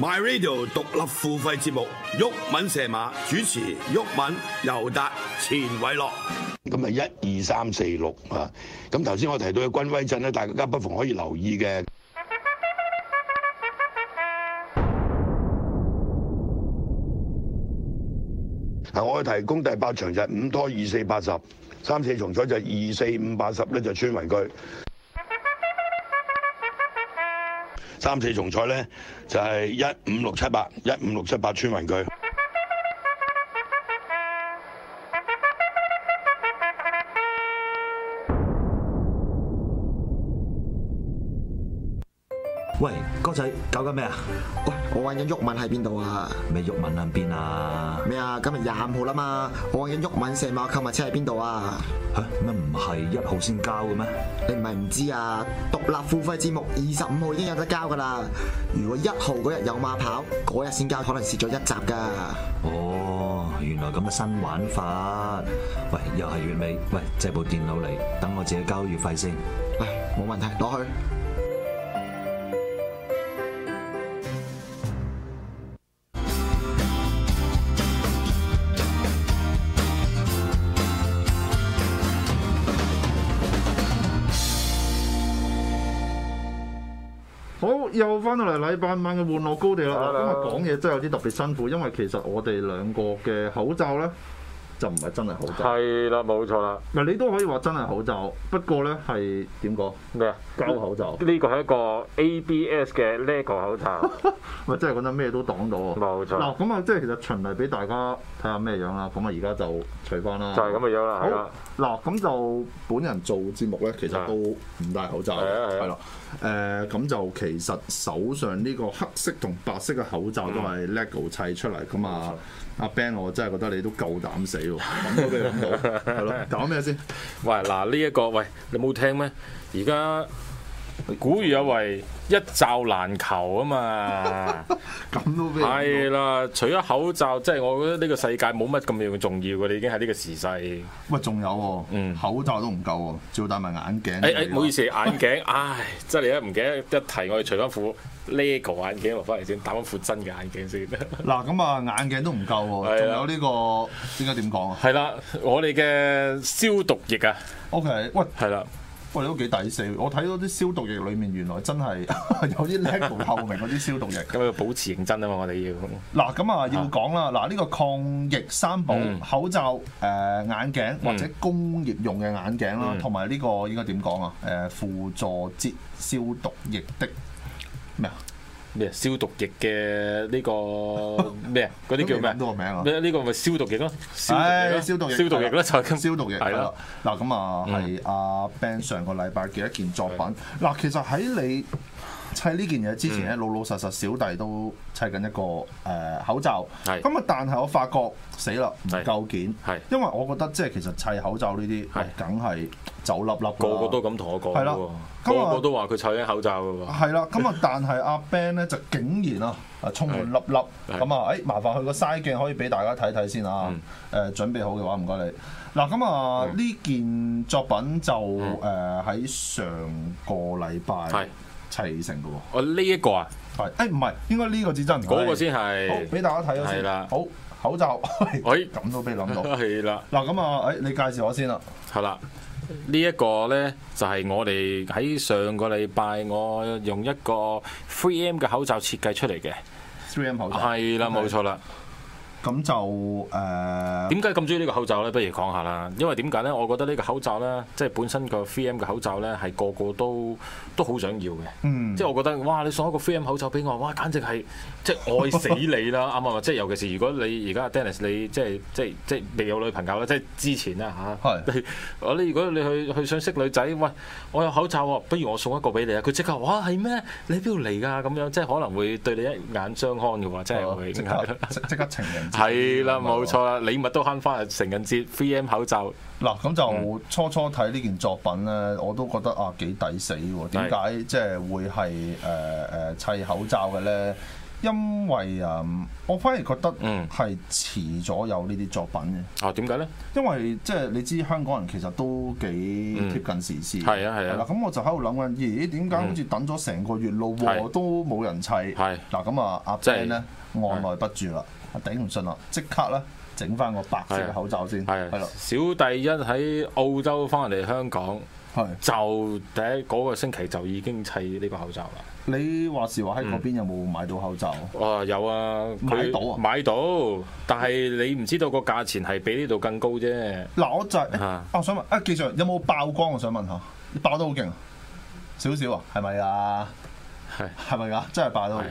My Radio 獨立付費節目，毓民射馬主持，毓民、尤達、錢偉樂。咁啊，一二三四六啊！咁頭先我提到嘅軍威陣咧，大家不妨可以留意嘅。嗱，啊我提供第八場就係五拖二四八十，三四重彩就係二四五八十咧就穿圍佢。三四重彩咧就係一五六七八，一五六七八穿雲佢。喂，哥仔搞緊咩啊？喂，我揾緊鬱敏喺邊度啊？咩鬱文喺邊啊？咩啊？今日廿五號啦嘛，我揾緊鬱敏射馬購物車喺邊度啊？嚇乜唔係一號先交嘅咩？你唔係唔知啊？獨立付費節目二十五號已經有得交噶啦。如果一號嗰日有馬跑，嗰日先交，可能蝕咗一集噶。哦，原來咁嘅新玩法。喂，又係月尾，喂，借部電腦嚟，等我自己交月費先。唉，冇問題，攞去。好，又翻到嚟禮拜晚嘅玩樂高地啦。嗱 Hello 今日講嘢真係有啲特別辛苦，因為其實我哋兩個嘅口罩咧就唔係真係口罩。係啦，冇錯啦。嗱，你都可以話真係口罩，不過咧係點講？咩啊？膠口罩呢個係一個 ABS 嘅 LEGO 口罩，咪真係講得咩都擋到啊！冇錯嗱，，咁啊，即係其實循例俾大家睇下咩樣啦。咁啊，而家就除翻啦。就係咁嘅樣啦，係啦好。嗱，咁就本人做節目咧，其實都唔戴口罩係啊嘅，係啊係啦。誒，咁就其實手上呢個黑色同白色嘅口罩都嗯係 LEGO 砌出嚟噶嘛。阿 Ben，我真係覺得你都夠膽 死喎，諗都俾你諗到，係咯。搞咩先？ 喂，嗱呢一個，喂，你冇聽咩？而家古語有為一罩難求啊 嘛，咁都俾你諗係啦，除咗口罩，即係我覺得呢個世界冇乜咁樣重要嘅，你已經係呢個時勢。到喂，仲有喎，嗯口罩都唔夠喎，仲要戴埋眼鏡。誒誒，哎唔好意思，眼鏡，唉，真係一唔記得一提，我哋除翻副 LEGO 眼鏡落翻嚟先，戴翻副真嘅眼鏡先。嗱，咁啊眼鏡都唔夠喎，係啊仲啦有呢個應該點講啊係啦，我哋嘅消毒液啊， ？OK，喂。係啦，喂，你都幾抵死！我睇到啲消毒液裡面原來真係 有啲 level 透明嗰啲消毒液。咁要保持認真啊嘛，我哋要。嗱，咁啊要講啦，嗱呢個抗疫三寶嗯，口罩、誒眼鏡或者工業用嘅眼鏡啦，嗯同埋呢個應該點講啊？誒輔助節消毒液的咩啊？咩消毒液嘅 呢個咩嗰啲叫咩？都未諗到個名啊咩呢個咪消毒液咯，消唉，消消毒液，消毒液啦，就係咁。消毒液係係啦啦。。嗯嗱咁啊，係阿 Ben 上個禮拜嘅一件作品。嗱，其實喺你砌呢件嘢之前嗯咧，老老實實小弟都砌緊一個誒口罩。係咁啊，但係我發覺死啦，唔係夠件。係因為我覺得即係其實砌口罩呢啲，喂係梗係走粒粒㗎個啦個都咁同我講係啦嘅咁喎，啊個個都話佢砌緊口罩嘅喎。係啦，咁 啊，但係阿 Ben 咧就竟然啊，啊充滿粒粒，係咁啊，誒麻煩佢個嘥鏡可以俾大家睇睇先啊，誒、嗯準備好嘅話唔該你。嗱咁啊，呢、件作品就誒喺、上個禮拜嗯係砌成嘅喎，我呢一個啊，係誒唔係應該呢個至真，哎嗰個先好係，俾大家睇咗係先啦，好口罩， 哎咁都俾你諗到。 係啦，嗱咁啊，誒你介紹我先啦，係啦。呢一個呢，就係我哋喺上個禮拜我用一個 3M 嘅口罩設計出嚟嘅， 3M 口罩，係啦，冇錯啦。咁就誒。呃點解咁中意呢個口罩呢？不如講下啦。因為點解呢？我覺得呢個口罩呢，即係本身個 3M 嘅口罩呢，係個個都都好想要嘅。嗯即係我覺得，哇！你送一個 3M 口罩俾我，哇！簡直係即係愛死你啦，啱唔啱啊？ 即係尤其是如果你而家 Dennis 你即係即係即係未有女朋友啦，即係之前啦嚇。係你 我你如果你去去想識女仔，喂，我有口罩喎，不如我送一個俾你啊！佢即刻哇係咩？你喺邊度嚟㗎？咁樣即係可能會對你一眼相看嘅話，真係會。哦即刻即即刻情 人節啊係啦，冇錯啦，禮物都慳翻啊！情人節 3M 口罩，嗱，咁就嗯初初睇呢件作品咧，我都覺得呃啊幾抵死喎！點解即係會係誒誒砌口罩嘅咧？因為誒，我反而覺得嗯係遲咗有呢啲作品嘅。啊點解咧？因為即係你知香港人其實都幾貼近時事，嗯係啊係啊係啦咁我就喺度諗緊，咦點解好似等咗成個月路係喎，都冇人砌，係嗱咁啊阿即係 Ben 咧按耐不住啦，頂唔順啦，即刻咧整翻個白色係啊嘅口罩先，係係啊啦，小弟一喺澳洲翻嚟香港，係就第一嗰個星期就已經砌呢個口罩啦。你話時話喺嗰邊有冇買到口罩？哇！有啊，佢買到啊買到，但係你唔知道個價錢係比呢度更高啫。嗱我就係誒啊啊我想問啊技術有冇爆光？我想問下，爆得好勁啊少少啊，係咪啊？係係咪㗎？真係爆得好勁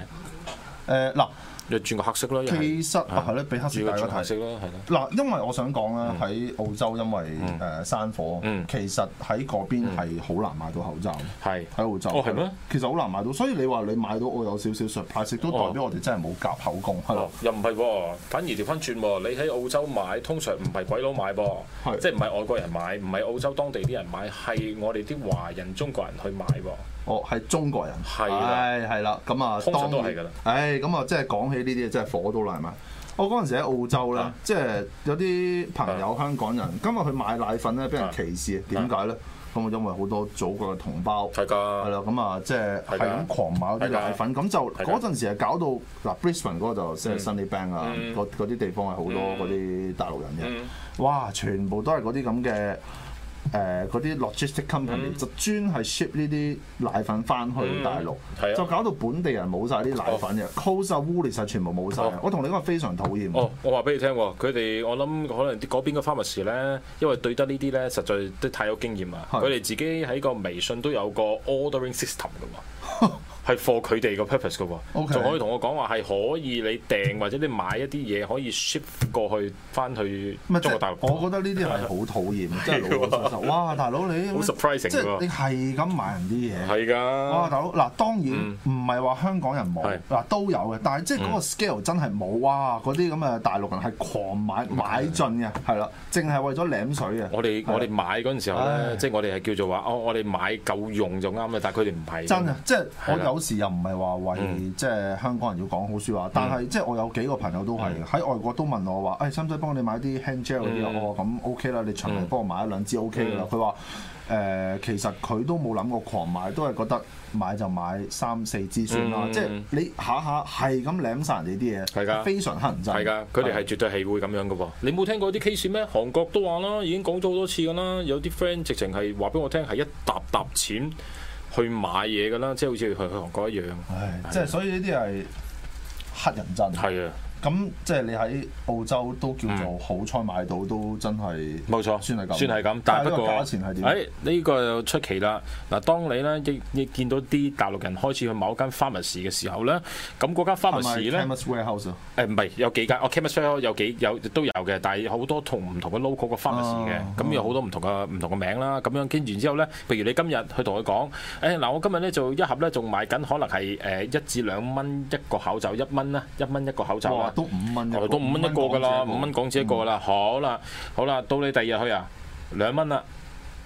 誒嗱。你轉個黑色咯，一係其實啊，係咧，俾黑色轉個大家轉睇黑。色咯，係咯。嗱，因為我想講啦，喺澳洲因為誒山火嗯，其實喺嗰邊係好難買到口罩。係喺澳洲哦係咩？其實好難買到，所以你話你買到我有少少 surprise，亦都代表我哋真係冇夾口供，係哦咯？，又唔係喎，反而調翻轉喎。你喺澳洲買，通常唔係鬼佬買噃，係即係唔係外國人買，唔係澳洲當地啲人買，係我哋啲華人、中國人去買喎。哦，係中國人，係啦唉係啦，咁啊，通常當都係然㗎啦唉，咁啊，即係講起呢啲嘢，真係火到啦，係咪？我嗰陣時喺澳洲咧啊，即係有啲朋友啊香港人，今日去買奶粉咧，俾啊人歧視，點解咧？嗯咁啊，因為好多祖國嘅同胞。係係㗎，啦，咁啊，即係係㗎係咁狂買嗰啲奶粉，咁就㗎嗰陣時係搞到嗱 Brisbane 嗰個就即係 Sunnybank 啊，嗯嗰嗰啲地方係好多嗰啲大陸人嗯嘅，哇！全部都係嗰啲咁嘅誒嗰啲 logistic 嗯 company 就專係 ship 呢啲奶粉翻去大陸係啊，就搞到本地人冇晒啲奶粉嘅，Coles 啊、Woolies 啊全部冇晒哦。我同你講係非常討厭。哦，我話俾你聽喎，佢哋我諗可能啲嗰邊嘅 pharmacy 咧，因為對得呢啲咧，實在都太有經驗啦。係佢哋自己喺個微信都有個 ordering system 嘅 喎。係 for 佢哋個 purpose 嘅喎， OK 仲可以同我講話係可以你訂或者你買一啲嘢可以 ship 過去翻去唔係中國大陸。我覺得呢啲係好討厭，真係老老實實。 哇，大佬你好 surprising 即係喎你係咁買人啲嘢。係哇，㗎，大佬嗱，當然唔係話香港人啊嗯係嗯冇，嗱都有嘅，但係即係嗰個 scale 真係冇哇！嗰啲咁嘅大陸人係狂買買進嘅，係啦，淨係為咗舐水嘅。我哋我哋買嗰陣時候咧，唉即係我哋係叫做話哦，我哋買夠用就啱啦，但係佢哋唔係㗎真嘅，啊即係我係啦嗯有時又唔係話為即係香港人要講好説話，但係即係我有幾個朋友都嗯係喺外國都問我話，哎誒使唔使幫你買啲 hand gel 嗰啲啊？我話咁 OK 啦，你循嗯例幫我買一兩支 OK 噶啦。佢話誒其實佢都冇諗過狂買，都係覺得買就買三四支算啦。嗯即係你下下係咁舐晒人哋啲係㗎嘢，非常乞人憎。係㗎，佢哋係絕對係會咁樣嘅喎。你冇聽過啲 case 咩？韓國都話啦，已經講咗好多次㗎啦。有啲 friend 直情係話俾我聽，係一沓沓錢去買嘢㗎啦，即係好似去去韓國一樣。唉，即係所以呢啲係乞人憎。係嗯啊，咁即係你喺澳洲都叫做好彩買到，都真係冇錯，算係咁，算係咁。但係呢不個過，價錢係點？誒呢個又出奇啦。嗱，當你咧亦亦見到啲大陸人開始去某間 pharmacy 嘅時候咧，咁嗰間係咪 pharmacy 咧。 Chemist Warehouse 啊？誒唔係有幾間，我 chemistry 有幾有都有嘅，但係好多同唔同嘅 local 嘅 pharmacy 嘅啊，咁有好多唔同嘅唔同嘅名啦，咁樣跟住然之後咧，譬如你今日去同佢講，誒嗱，我今日咧就一盒咧仲賣緊，可能係誒一至兩蚊一個口罩，一蚊啦，一蚊一個口罩哇，啦，都五蚊一個，哦都五蚊一個㗎啦，五港紙蚊嗯港紙一個㗎啦，好啦好啦，到你第二日去啊，兩蚊啦，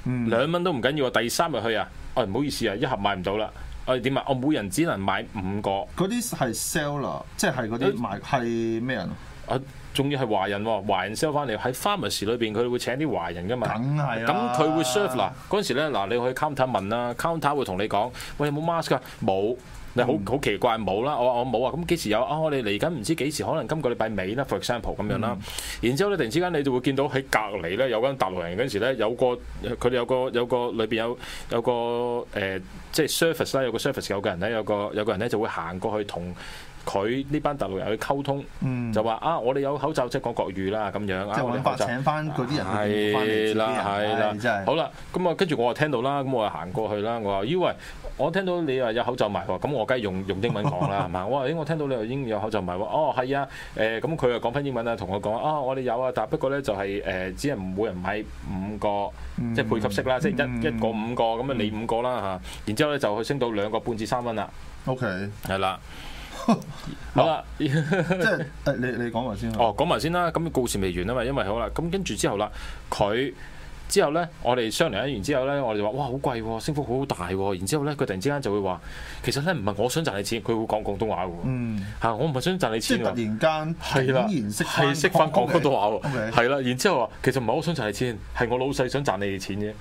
嗯兩蚊都唔緊要啊，第三日去啊，哦唔好意思啊，一盒買唔到啦，誒點啊，我每人只能買五個。嗰啲係 seller，即係嗰啲賣係咩人啊？啊，仲要係華人喎，華人 sell 翻嚟喺 pharmacy 裏邊，佢會請啲華人噶嘛。梗係咁啦佢會 serve 嗱，啊嗰陣時咧嗱，你去 counter 問啦，counter 會同你講，喂有冇 mask 㗎？冇。你好嗯好奇怪冇啦，我話我冇啊，咁幾時有啊？我哋嚟緊唔知幾時，可能今個禮拜尾啦，for example 咁樣啦。嗯然之後咧，突然之間你就會見到喺隔離咧有間大陸人嗰陣時咧，有個佢哋有個有個裏邊有有個誒、呃即係 service 啦，有個 service 有個人咧，有個有個人咧就會行過去同佢呢班大陸人去溝通，嗯就話啊，我哋有口罩即係講國語啦咁樣啊，即係我哋揾口法罩。請翻嗰啲人去翻嚟自係己人，啦，係啦唉，真係好啦，咁啊，跟住我就聽到啦，咁我就行過去啦，我話：咦喂，我聽到你話有口罩賣喎，咁我梗係用用英文講 啦，係嘛？我話：咦，我聽到你話英有口罩賣喎，哦，係啊，誒，咁佢又講翻英文啊，同我講啊，我哋有啊，但不過咧就係誒，只係每人買五個，嗯即係配給式啦，即係一一個五個咁啊，你五個啦嚇，然之後咧就去升到兩個半至三蚊啦， OK，係啦，好啦。即 係誒你你講埋先啊。哦哦，講埋先啦，咁故事未完啊嘛，因為好啦，咁跟住之後啦，佢之後呢，我哋商量完之後呢，我哋就話：哇，好貴喎，升幅好大喎。然之後呢，佢突然之間就會話：其實呢，唔係我想賺你錢，佢會講廣東話嘅喎。嗯，嚇我唔係想賺你即錢係突喎。然間啊係啦，竟然識係識翻講廣東話喎， OK，OK 係啦，然之後話其實唔係我想賺你錢，係我老細想賺你哋錢啫，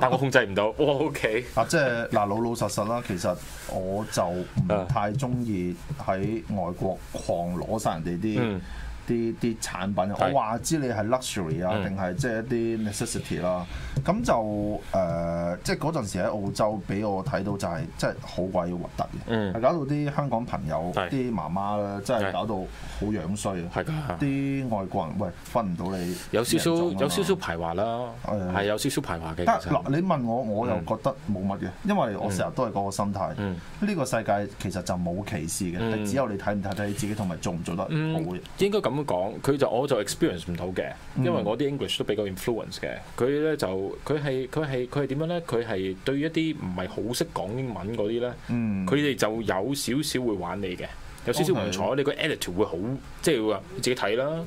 但我控制唔到。哇，OK，嗱，啊即係嗱，老老實實啦，其實我就唔太中意喺外國狂攞晒人哋啲嗯啲啲產品。係我話知你係 luxury 啊，嗯定係即係一啲 necessity 啦。咁就誒、即係嗰陣時喺澳洲俾我睇到就係、即係好鬼核突嘅，嗯係搞到啲香港朋友、係啲媽媽咧，真係係搞到好樣衰啊！係㗎。啲外國人喂分唔到你有少少咩人種啊有少少嘛排華啦，誒係有少少排華嘅。得其實嗱，你問我，我又覺得冇乜嘅，因為我成日都係嗰個心態。嗯呢個世界其實就冇歧視嘅，嗯你只有你睇唔睇得起自己，同埋做唔做得好嘅。應該咁講，佢就我就 experience 唔到嘅，嗯因為我啲 English 都比較 influence 嘅。佢咧就佢係佢係佢係點樣咧？佢係對於一啲唔係好識講英文嗰啲咧，嗯哦佢哋就有少少會玩你嘅。有少少唔睬 OK 你個 attitude 會好，即係會話你自己睇 啦，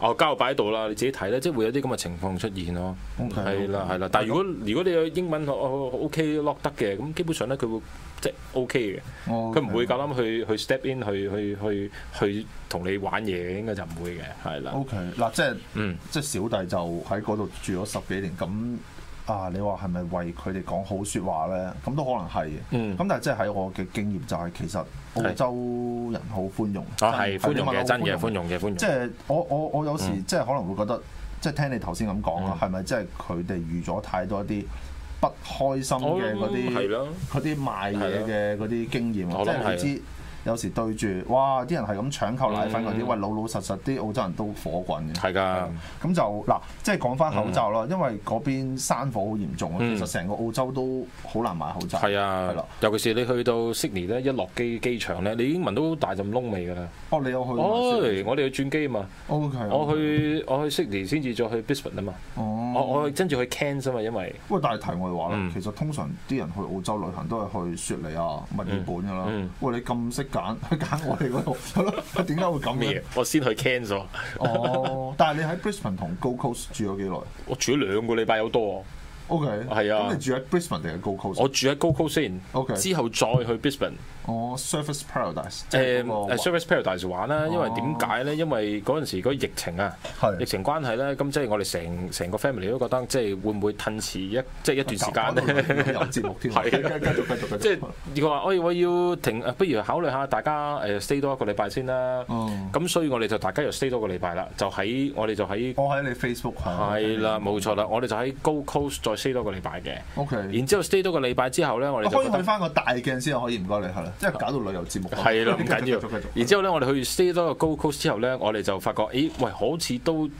哦交擺喺度啦，你自己睇啦，即係會有啲咁嘅情況出現咯。 OK，係啦 OK 係啦，但係如果如果你有英文哦 OK lock 得嘅，咁基本上咧佢會即係 OK 嘅。我佢唔會夠啊膽去去 step in 去去去去同你玩嘢嘅，應該就唔會嘅，係啦 O。K 嗱，即係嗯即係小弟就喺嗰度住咗十幾年咁。啊！你話係咪為佢哋講好説話咧？咁都可能係嘅。咁、嗯但係即係喺我嘅經驗就係、其實澳洲人好寬容。啊，係寬容嘅，真真係嘅，寬容嘅，寬容。即係我我我有時嗯即係可能會覺得，即係聽你頭先咁講啊啦，係咪即係佢哋預咗太多一啲不開心嘅嗰我諗係啲咯嗰啲賣嘢嘅嗰啲經驗啊，我即諗係係你知。有時對住哇，啲人係咁搶購奶粉嗰啲，嗯喂老老實實啲澳洲人都火滾嘅。啊係㗎咁就嗱，即係講翻口罩啦，因為嗰邊山火好嚴重啊，嗯其實成個澳洲都好難買口罩。係係啦啊。，尤其是你去到 Sydney 咧，一落機機場咧，你已經聞到大陣窿味㗎啦。哦，你有去哦，買先我哋要轉機啊嘛， ？O K，我去我去 Sydney 先至再去 Brisbane 啊嘛，哦我我跟住去 Cairns 啊嘛，因為喂，但係題外話啦，嗯其實通常啲人去澳洲旅行都係去雪梨啊、墨爾本噶啦。嗯嗯喂，你咁識揀， 去揀我哋嗰度，係咯？點解會咁嘅？？我先去 Cairns 喎，哦，但係你喺 Brisbane 同 Gold Coast 住咗幾耐我住咗兩個禮拜有多。 ？O K，係啊咁你住喺 Brisbane 定係 Gold Coast？我住喺 Gold Coast 先 OK 之後再去 Brisbane。我哦 Surface Paradise，即係誒嗰個哦誒 Service Paradise 玩啦，因為點解咧？因為嗰陣時嗰個疫情啊係，疫情關係咧，咁即係我哋成成個 family 都覺得即係會唔會褪遲一即係一段時間咧？有節目添， 啊係啊繼續繼續繼續。即係佢話：，哎，我要停，誒不如考慮下大家誒 stay 多一個禮拜先啦。嗯咁所以我哋就大家又 stay 多個禮拜啦，就喺我哋就喺我喺你 Facebook 係啦，冇錯啦，我哋就喺 Gold Coast 再 stay 多個禮拜嘅。 OK 哦然之後 stay 多個禮拜之後咧，我哋就可覺以得去翻個大鏡先啊可以，唔該你係啦，即係搞到旅遊節目。係啦，唔緊要哦繼續繼續繼續。然之後咧，我哋去 stay 多個 Gold Coast 之後咧，我哋就發覺，咦，喂，好似都誒、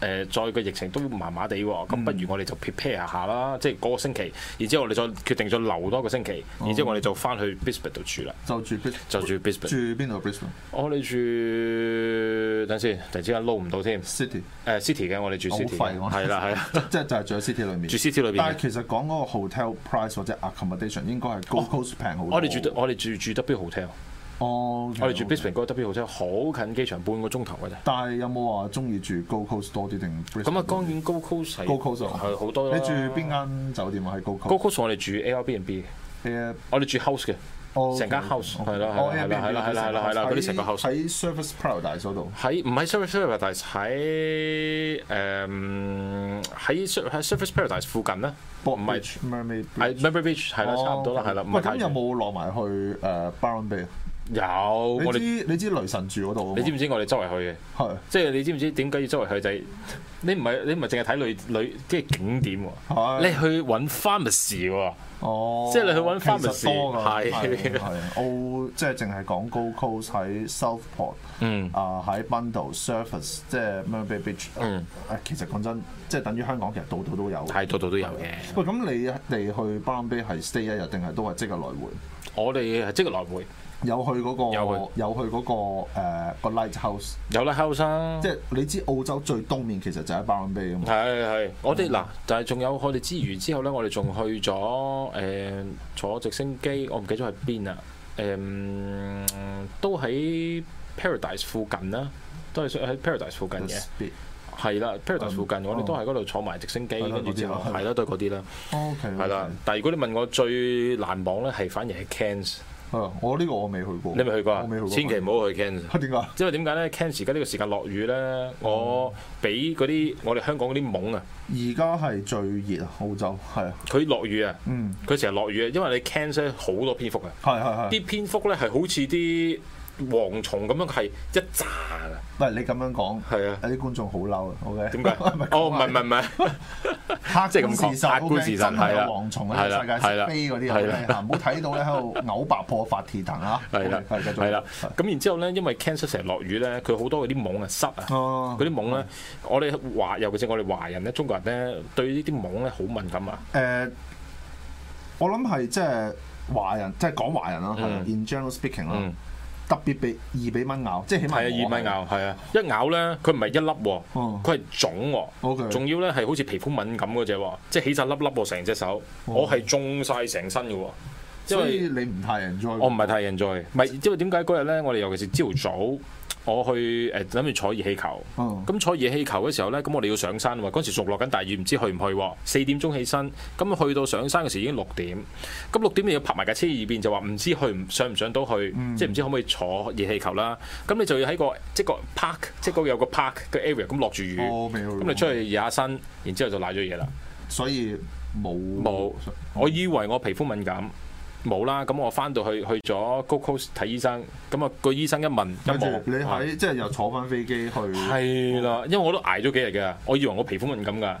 呃再個疫情都麻麻地喎，嗯咁不如我哋就 prepare 下啦，即係嗰個星期。然之後我哋再決定咗留多個星期，哦然之後我哋就翻去 Brisbane 度住啦，就住 Brisbane，就住 Brisbane 住邊度 Brisbane 我哋住等陣先，突然之間撈唔到添。誒、 City。 City 嘅，我哋住哦好 City，廢嘅我係啦係啦。 即係就係住喺 city 裏面。住 city 裏面但係其實講嗰個 hotel price 或者 accommodation 應該係 Gold Coast 平好多。哦我哋住我哋住住 W 嗯 Hotel，哦，我哋住 Brisbane 嗰個 W Hotel 好近機場，半個鐘頭嘅啫。但係有冇話中意住 Gold Coast 多啲定 Brisbane？咁啊，當然 Gold Coast 係嗯 Gold Coast 啊係好多啦。你住邊間酒店啊？喺 Gold Gold Coast 我哋住 Airbnb 嘅。 Coast？我哋住 house 嘅，哦成間 house，係啦哦係啦 Airbnb 係啦係啦係啦嗰啲成個 house 喺喺 Surface Paradise 嗰度。喺唔喺 Surface Paradise 喺誒喺 Sur- 喺 Surface Paradise 附近咧，唔 Bob 係 Beach Mermaid Beach。係 m e r b y Beach 係啦，差唔多啦，係啦，哦唔喂，係太咁有遠冇落埋去誒 Byron Bay 啊？有你我哋？知你知雷神住嗰度啊嘛？你知唔知我哋周圍去嘅？係即係你知唔知點解要周圍去就係 你唔係你唔係淨係睇女女即係景點係喎，你去揾 pharmacy 喎，哦，即係你去揾其實 pharmacy，多㗎係係澳即係淨係講 Gold Coast 喺 Southport，嗯啊喺 Bundle Surface，即係 m e r b a y Beach，嗯啊其實講真，即係等於香港其實度度都有。係度度都有嘅。喂，咁你哋去 b a r n b a y 係 stay 一日定係都係即日來回？我哋係即係來回有去嗰個有有去嗰個誒個 lighthouse，有啦 house 啊即。係你知澳洲最東面其實就喺 b a r n b a y 啊嘛。係係，我哋嗱，但係仲有我哋之餘之後咧，我哋仲去咗誒、呃坐直升機，我唔記得咗喺邊啊啦。誒、嗯都喺 Paradise 附近啦，都係喺 Paradise 附近嘅。係啦，Paradise 附近我哋都喺嗰度坐埋直升機，嗯哦係啦跟住之嗰啲後啊嗯啦係啦，都係嗰啲啦， O K，係啦。但係如果你問我最難忘咧，係反而係 Cairns，啊，我呢個我未去過，你咪去過我啊未去過，？千祈唔好去 Cairns。啊點解？因為點解咧？Cairns 而家呢個時間落雨咧，我嗯俾嗰啲我哋香港嗰啲懵啊，而家係最熱啊，澳洲係啊，佢落雨啊，嗯，佢成日落雨啊，因為你 Cairns 呢好多蝙蝠啊，係係係。啲蝙蝠咧係好似啲蝗蟲咁樣係一紮啊，喂，你咁樣講，係啊有啲觀眾好嬲啊，OK？ 點解？ 哦，唔係唔係唔 係，係，即係客咁觀講事實客觀 OK，事實真係係啦有蝗蟲係喺啦世界係啦識飛嗰啲係啦啊，OK，嚇唔好啊睇到咧喺度扭白破發鐵藤啊， 係啦 OK，係繼續係啦係，咁然之後咧，因為 Cairns 成日落雨咧，佢好多嗰啲懵啊濕啊。哦嗰啲懵咧，我哋華尤其是我哋華人咧，中國人咧，對呢啲懵咧好敏感啊！誒、我諗係即係華人，即係講華人啦，係啦嗯，in general speaking 啦、嗯特別被易俾蚊咬，即係起碼係啊，薏米咬係啊，一咬咧佢唔係一粒喎，嗯佢係腫喎。 ，OK，仲要咧係好似皮膚敏感嗰只喎，即係起晒粒粒喎成隻手，哦我係中晒成身嘅喎，因所以為你唔太 enjoy，我唔係太 enjoy，唔係因為點解嗰日咧，我哋尤其是朝早。我去誒諗住坐熱氣球，嗯咁、坐熱氣球嘅時候呢，咁我哋要上山啊嘛。嗰時仲落緊大雨，唔知去唔去喎。四點鐘起身，咁去到上山嘅時已經六點。咁六點你要泊埋架車耳邊，就話唔知去唔上唔上到去，嗯即係唔知可唔可以坐熱氣球啦。咁你就要喺個即係個 park，即係嗰個有個 park 嘅 area，咁落住雨，我未去過咁你出去熱下身，然之後就賴咗嘢啦。所以冇冇，我以為我皮膚敏感。冇啦，咁我翻到去去咗 Go Coast 睇醫生，咁啊個醫生一問一跟住望，你喺即係又坐翻飛機去，係啦，因為我都捱咗幾日㗎，我以為我皮膚敏感㗎，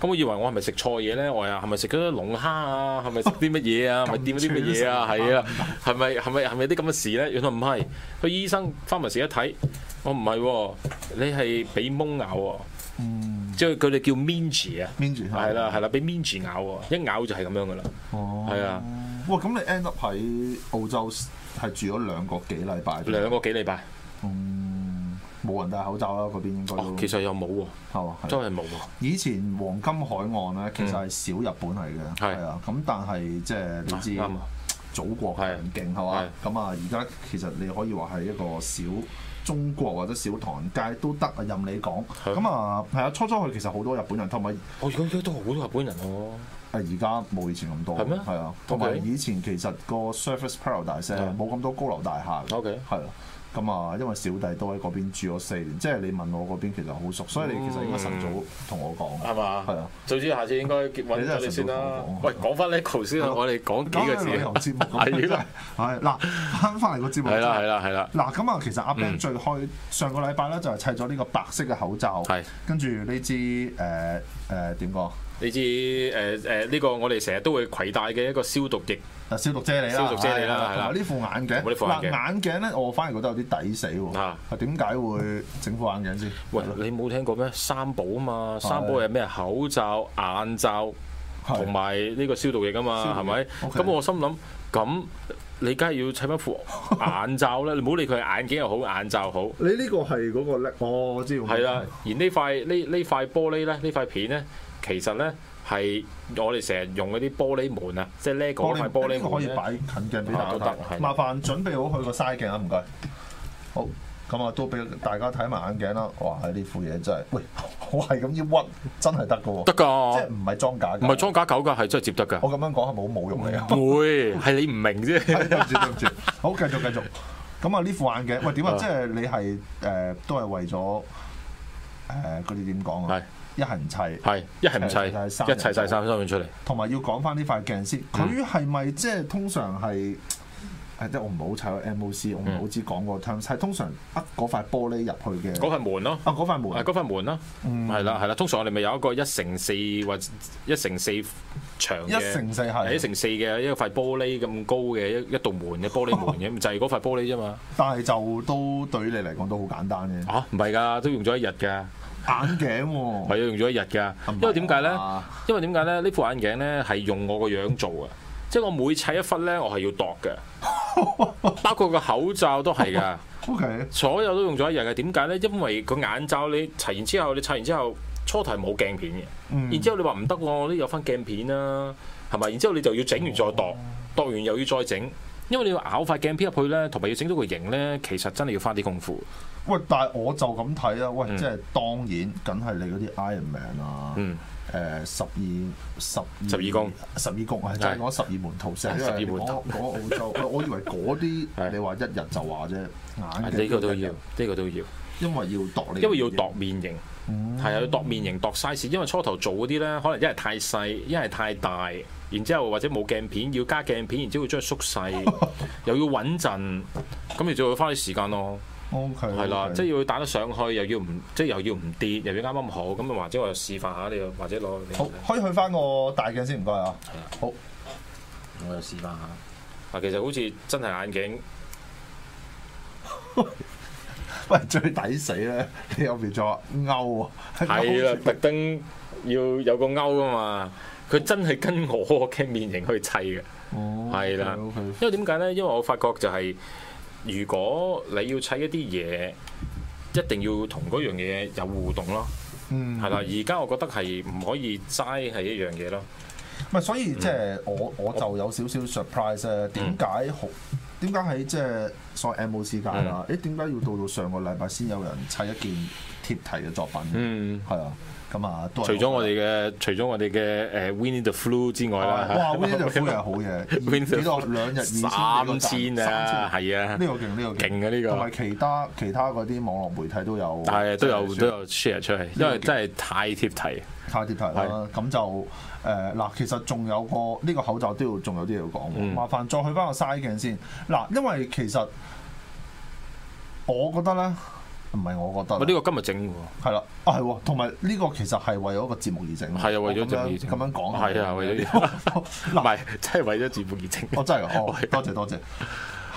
咁我以為我係咪食錯嘢咧？我又係咪食咗啲龍蝦啊？係咪食啲乜 嘢啊？係咪掂咗啲乜嘢啊？係啊，係咪係咪係咪啲咁嘅事咧？原來唔係，去醫生翻埋時一睇，我唔係喎，你係俾蚊咬喎，嗯即係佢哋叫 minge 啊。邊住係啦，係啦，俾 Minji 咬喎，一咬就係咁樣噶啦。哦，係啊，哇，咁你 end up 喺澳洲係住咗兩個幾禮拜，兩個幾禮拜，嗯，冇人戴口罩啦，嗰邊應該哦都，其實又冇喎，係嘛，係真係冇喎，以前黃金海岸咧，其實係小日本嚟嘅，嗯係係啊。咁但係即係你知啊啱啊祖國強勁係嘛？係咁啊，而家其實你可以話係一個小中國或者小唐人街都得啊，任你講。係咁啊，係啊，初初去其實好多日本人，同埋誒我而家都好多日本人喎，而家冇以前咁多，係咩係啊，同埋 OK 以前其實個 Surface Paradise 呢係冇咁多高樓大廈嘅 OK 係啊。咁啊，因為小弟都喺嗰邊住咗四年，即係你問我嗰邊其實好熟，所以你其嗯實應該晨早同我講。係嘛？係啊，早知下次應該揾咗你先啦。喂，講翻 Lego 先啊啦，我哋講幾個講字緊旅遊節目啊咁樣 係真係啦，係嗱，翻翻嚟個節目係啦，係。啦，係啦，嗱咁啊，其實阿 Ben 嗯最開上個禮拜咧就係砌咗呢個白色嘅口罩，係跟住呢支誒誒點講？你知誒誒呢個我哋成日都會攜帶嘅一個消毒液，誒啊消毒啫喱啦，消毒啫係喱啦係啦同埋呢副眼鏡，同埋呢副眼鏡嗱眼鏡咧，我反而覺得有啲抵死喎。啊係點解會整副眼鏡先？喂，你冇聽過咩？三寶啊嘛，三寶係咩？口罩、眼罩。係同埋呢個消毒液啊消嘛，毒係液咪？ OK 咁我心諗，咁你梗係要砌翻副眼 罩啦，你唔好理佢係眼鏡又好，眼罩好，你呢個係嗰個叻，哦我知道係啦。而呢塊呢呢塊玻璃咧，呢塊片咧，其實咧係我哋成日用嗰啲玻璃門啊，即係 LEGO 嗰塊呢玻個璃可門以呢擺近鏡俾大啊家都得睇。係麻煩準備好佢個嘥鏡啊，唔該。好，咁啊都俾大家睇埋眼鏡啦。哇！呢副嘢真係，喂， 我係咁要屈，真係得嘅喎。得即㗎係，唔係裝假㗎？唔係。裝假狗㗎，係真係接得㗎。我咁樣講係冇冇用嚟啊！會係你唔明 啫。對唔住對唔住，好繼續繼續。咁啊呢副眼鏡，喂點啊？即係你係誒都係為咗誒嗰啲點講啊係？一係唔砌。係一係唔一齊晒砌三，一砌晒三張出嚟。同埋要講翻呢塊鏡先，佢係咪即係通常係？誒，即係我唔係好砌 MOC，我唔係好知講個 terms，係通常呃嗰塊玻璃入去嘅，嗰塊門咯。啊嗰塊係門，嗰塊門啦，係啦係啦，通常我哋咪有一個一乘四或者一乘四長嘅，一乘四係係一乘四嘅一塊玻璃咁高嘅一一道門嘅玻璃 門嘅，就係嗰塊玻璃啫嘛。但係就都對於你嚟講都好簡單嘅啊，唔係㗎，都用咗一日㗎，眼鏡係啊，喎，用咗一日㗎唔係啊。因為點解咧？因為點解咧？呢副眼鏡咧係用我個樣做嘅，即係我每砌一忽咧，我係要度嘅， 包括個口罩都係㗎。 ？OK，所有都用咗一日嘅，點解呢？因為個眼罩你砌完之後，你砌完之後初頭係冇鏡片嘅，嗯然之後你話唔得啊喎，我都有翻鏡片啦、係咪？然之後你就要整完再度，度完又要再整，因為你要咬塊鏡片入去咧，同埋要整到個型咧，其實真係要花啲功夫。喂，但係我就咁睇啦，喂，即係當然，梗係你嗰啲 Iron Man 啊。嗯誒十二十二十二宮十二宮啊，即係講十二門徒先。係因為十二門徒講 講澳洲，喂我以為嗰啲係啊你話一日就話啫，眼鏡呢個都一要，日呢個都要，因為要度你，因為要度面型。係啊，要度面型、度 size，因為初頭做嗰啲咧，可能一係太細，一係太大，然之後或者冇鏡片，要加鏡片，然之後要將佢縮 細，又要穩陣，咁你就要花啲時間咯。 O K，係啦，即係要打得上去，又要唔即係又要唔跌，又要啱啱好，咁啊或者我又示範下你，或者攞你好，可以去翻個大鏡先，唔該啊。 好，我又示範下。啊，其實好似真係眼鏡，喂，最抵死咧，你有邊再話勾啊？係 啦，特登要有個勾啊嘛，佢真係跟我嘅面型去砌嘅。哦，係啦 OK，OK，因為點解咧？因為我發覺就係、如果你要砌一啲嘢，一定要同嗰樣嘢有互動咯，嗯，係啦、而家我覺得係唔可以齋係一樣嘢咯，唔係，所以即嗯係我我就有少少 surprise 咧，點解好？點解喺即係所謂 MOC 界啦？嗯誒點解要到到上個禮拜先有人砌一件貼題嘅作品？嗯。係啊，咁啊都係除咗我哋嘅，除咗我哋嘅誒 Win the Flu 之外啦，哇 w i n d o w 係好嘢，啊幾多兩日以三千啊，係啊，呢個勁呢個勁啊呢個同埋其他其他嗰啲網絡媒體都有，係啊都有都有 share 出去，因為呢個真係太貼題。太貼題啦。咁就誒嗱，其實仲有個呢個口罩都要仲有啲嘢要講喎。嗯麻煩再去翻個 side 鏡先嗱，因為其實我覺得咧，唔係我覺得啦喂，呢個今日整喎，係啦，啊係喎，同埋呢個其實係為咗個節目而整，係啊，為咗我咁節目樣而整。咁樣講係啊，為咗 咗唔係真係為咗節目而整。我真係 哦，多謝多謝。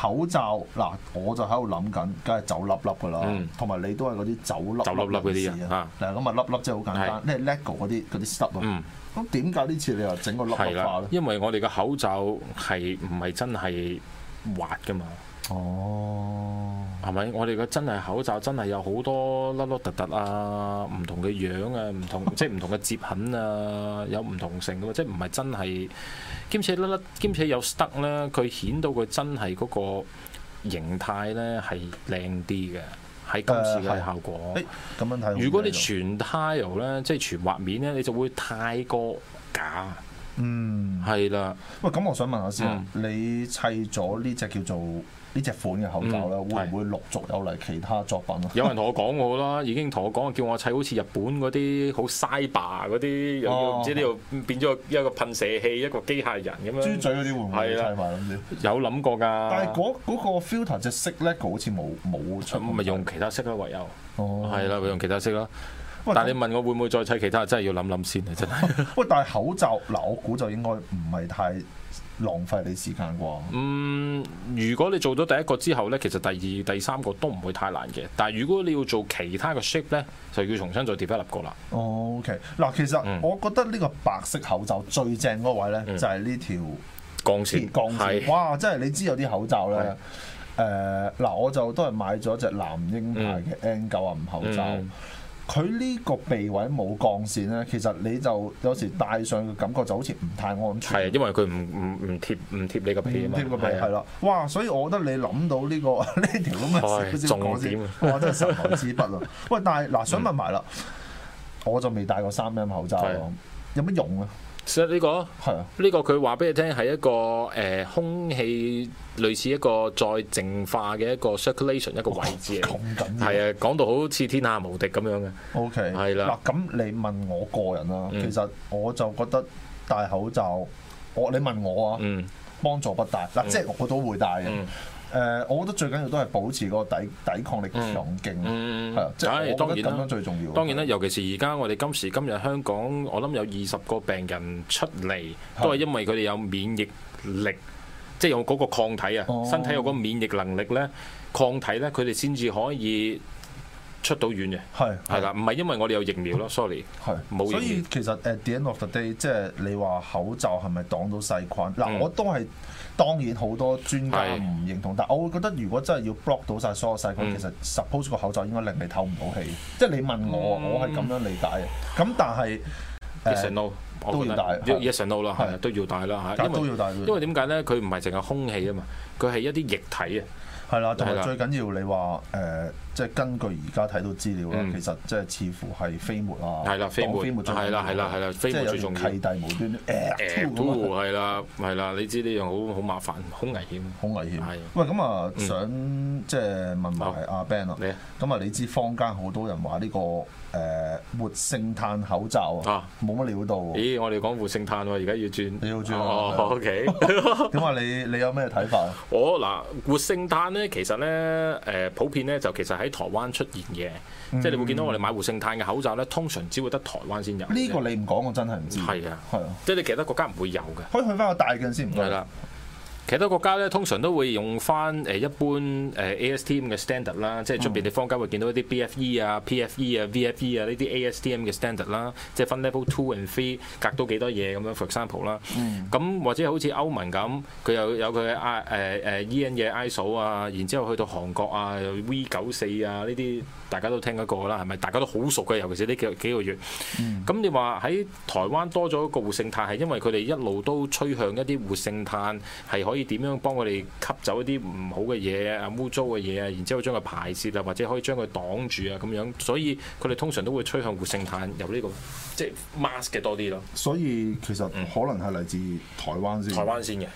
口罩嗱，我就喺度諗緊，梗係走粒粒噶啦嗯，同埋你都係嗰啲走粒走粒粒嗰啲人人士啊。嗱咁啊，粒粒真係好簡單，你係 lego 嗰啲嗰啲 stuff 啊嗯。咁點解呢次你又整個粒係粒化啦咧，？因為我哋嘅口罩係唔係真係滑噶嘛？哦，係咪？我哋嘅真係口罩真係有好多粒粒突突啊，唔同嘅樣啊，唔同即係唔同嘅接痕啊，有唔同性噶嘛，即係唔係真係兼且粒粒兼且有 stuck 咧，佢顯到佢真係嗰個形態咧係靚啲嘅，喺今誒次係嘅效果。誒咁樣睇好啲喎。啊如果你全 tile 咧，即係全畫面咧，你就會太過假。嗯，係啦，喂，咁我想問下先，啊嗯你砌咗呢只叫做呢只款嘅口罩咧，嗯會係唔會陸續有嚟其他作品啊？有人同我講我啦，已經同我講叫我砌好似日本嗰啲好 cyber 嗰啲，又要哦唔知呢度變咗一個噴射器，一個機械人咁豬樣。嘴嗰啲會唔會係砌啦啊埋咁先？有諗過㗎。但係嗰嗰個 filter 隻色咧，好似冇冇出咁咪用其他色啦，唯有哦係啦，咪用其他色啦。喂但係你問我會唔會再砌其他，真係要諗諗先啊！真係，喂，但係口罩嗱，我估就應該唔係太浪費你時間啩。嗯，如果你做咗第一個之後呢，其實第二、第三個都唔會太難嘅。但係如果你要做其他嘅 shape 呢，就要重新再 develop 過啦。 O K，嗱，哦其實嗯我覺得呢個白色口罩最正嗰位咧，就係呢條鐵鋼線，鋼線。係哇！真係你知有啲口罩咧。誒嗱，我就都係買咗隻藍鷹牌嘅 N 九啊五口罩嗯，佢呢個鼻位冇鋼線咧，其實你就有時戴上嘅感覺就好似唔太安全。係，因為佢唔唔唔貼唔貼你個皮啊嘛，添個鼻係啊係啦，哇！所以我覺得你諗到呢個 呢條咁嘅唉少少重講先點啊，哇！真係十來之不 啊！喂，但係嗱，想問埋啦，我就未戴過三 M 口罩喎係有乜用啊？所以呢個係啊，呢個佢話俾你聽係一個誒、呃空氣類似一個再淨化嘅一個 circulation 一個位置嚟咁緊嘅，要係啊，講到好似天下無敵咁樣嘅， ，OK，係啦嗱，咁你問我個人啦，嗯其實我就覺得戴口罩，我你問我啊，嗯幫助不大。嗱，即係我都會戴嘅嗯。誒，我覺得最緊要都係保持嗰個抵抵抗力強勁，嗯係啊，即唉係我當覺然得咁樣啦。最重要。當然啦，，尤其是而家我哋今時今日香港，我諗有二十個病人出嚟，都係因為佢哋有免疫力，即係有嗰個抗體啊，哦身體有嗰個免疫能力咧，抗體咧，佢哋先至可以出到院嘅。係係啦，唔係因為我哋有疫苗咯，sorry。係冇所以意見其實誒呃 the end of the day，即係你話口罩係咪擋到細菌？嗱、嗯我都係當然好多專家係唔認同，但我會覺得如果真係要 block 到晒所有細菌，嗯其實 suppose 嗯個口罩應該令你透唔到氣。即係你問我，我係咁樣理解嘅。咁但係呃 yes and no，我都覺要得戴係 yes and no 啦，係係都要戴啦嚇，但因為都要戴因為點解咧？佢唔係淨係空氣啊嘛，佢係一啲液體啊。係啦，同係埋啦最緊要你話誒，即係根據而家睇到資料啦，嗯其實即係似乎係飛沫啊，係啦飛沫當飛沫最緊要啊係啦係啦係啦飛即沫係有最重要呃條契弟無端呃端誒誒都咁啊係啦，係啦，你知呢樣好好麻煩，好危險。好危險係。喂，咁啊，想即係問埋阿 Ben 啊你啊，咁啊，你知坊間好多人話呢個誒活性炭口罩啊啊，冇乜料到喎。咦，我哋講活性炭喎，而家要轉，你要轉啊哦係啊，OK。 點啊？你你有咩睇法啊？我嗱活性炭咧，其實咧誒、普遍咧就其實喺台灣出現嘅，嗯即係你會見到我哋買活性炭嘅口罩咧，通常只會得台灣先有。呢個你唔講，我真係唔知。係啊，係啊，即係你其他國家唔會有嘅，可以去翻個大鏡先唔該。係啦。其他國家咧，通常都會用翻誒一般呃誒 ASTM 嘅 standard 啦，即係出邊你坊間會見到一啲 BFE 啊、PFE 啊、VFE 啊呢啲 ASTM 嘅 standard 啦，即係分 level two and three 隔到幾多嘢咁樣，for example 啦。咁、或者好似歐盟咁，佢有有佢嘅 I 呃誒誒 EN 嘅 ISO 啊，然之後去到韓國啊有 V 九四啊呢啲大家都聽得過啦，係咪？大家都好熟嘅，尤其是呢幾幾個月。咁、你話喺台灣多咗一個活性炭，係因為佢哋一路都趨向一啲活性炭係可以點樣幫佢哋吸走一啲唔好嘅嘢啊、污糟嘅嘢啊，然之後將佢排泄啊，或者可以將佢擋住啊咁樣，所以佢哋通常都會趨向活性炭由呢、個即係 mask 嘅多啲咯，所以其實可能係嚟自台灣先。嗯台灣先嘅，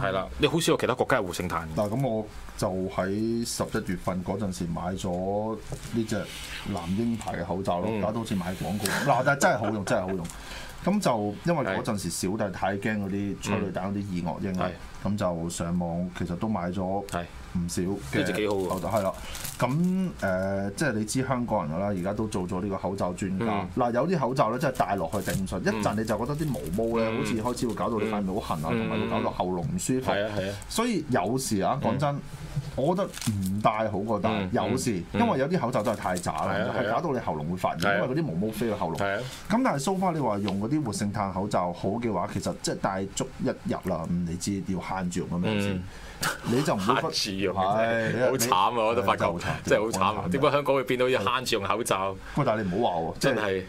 係啦、你好少有其他國家係活性炭嘅。嗱，咁我就喺十一月份嗰陣時買咗呢只藍鷹牌嘅口罩咯，嗯大家都好似買廣告。嗱，但係真係好用，真係好用。咁就因為嗰陣時小弟太驚嗰啲催淚彈嗰啲二惡英啊係，咁就上網其實都買咗唔嗯係少嘅呢隻幾好喎口罩，係啦。咁誒、即係你知香港人㗎啦，而家都做咗呢個口罩專家。嗯嗱、有啲口罩咧真係戴落去頂唔順，一陣你就覺得啲毛毛嗯咧好似開始會搞到你塊面好痕啊，同埋會搞到喉嚨唔舒服。係啊係啊，所以有時啊，講真，我覺得唔戴好過戴。嗯有時，嗯因為有啲口罩真係太渣啦係啊，係係啊搞到你喉嚨會發係炎，啊因為嗰啲毛毛飛去喉嚨。係啊咁但係 so far 你話用嗰啲活性炭口罩好嘅話，其實即係戴足一日啦，嗯你知要慳住用咁樣先嗯，你就唔會慳住用係你好慘啊！我覺得發覺真係好慘真係好慘啊！點解香港會變到要慳住用口罩？喂，但係你唔好話喎，即真係係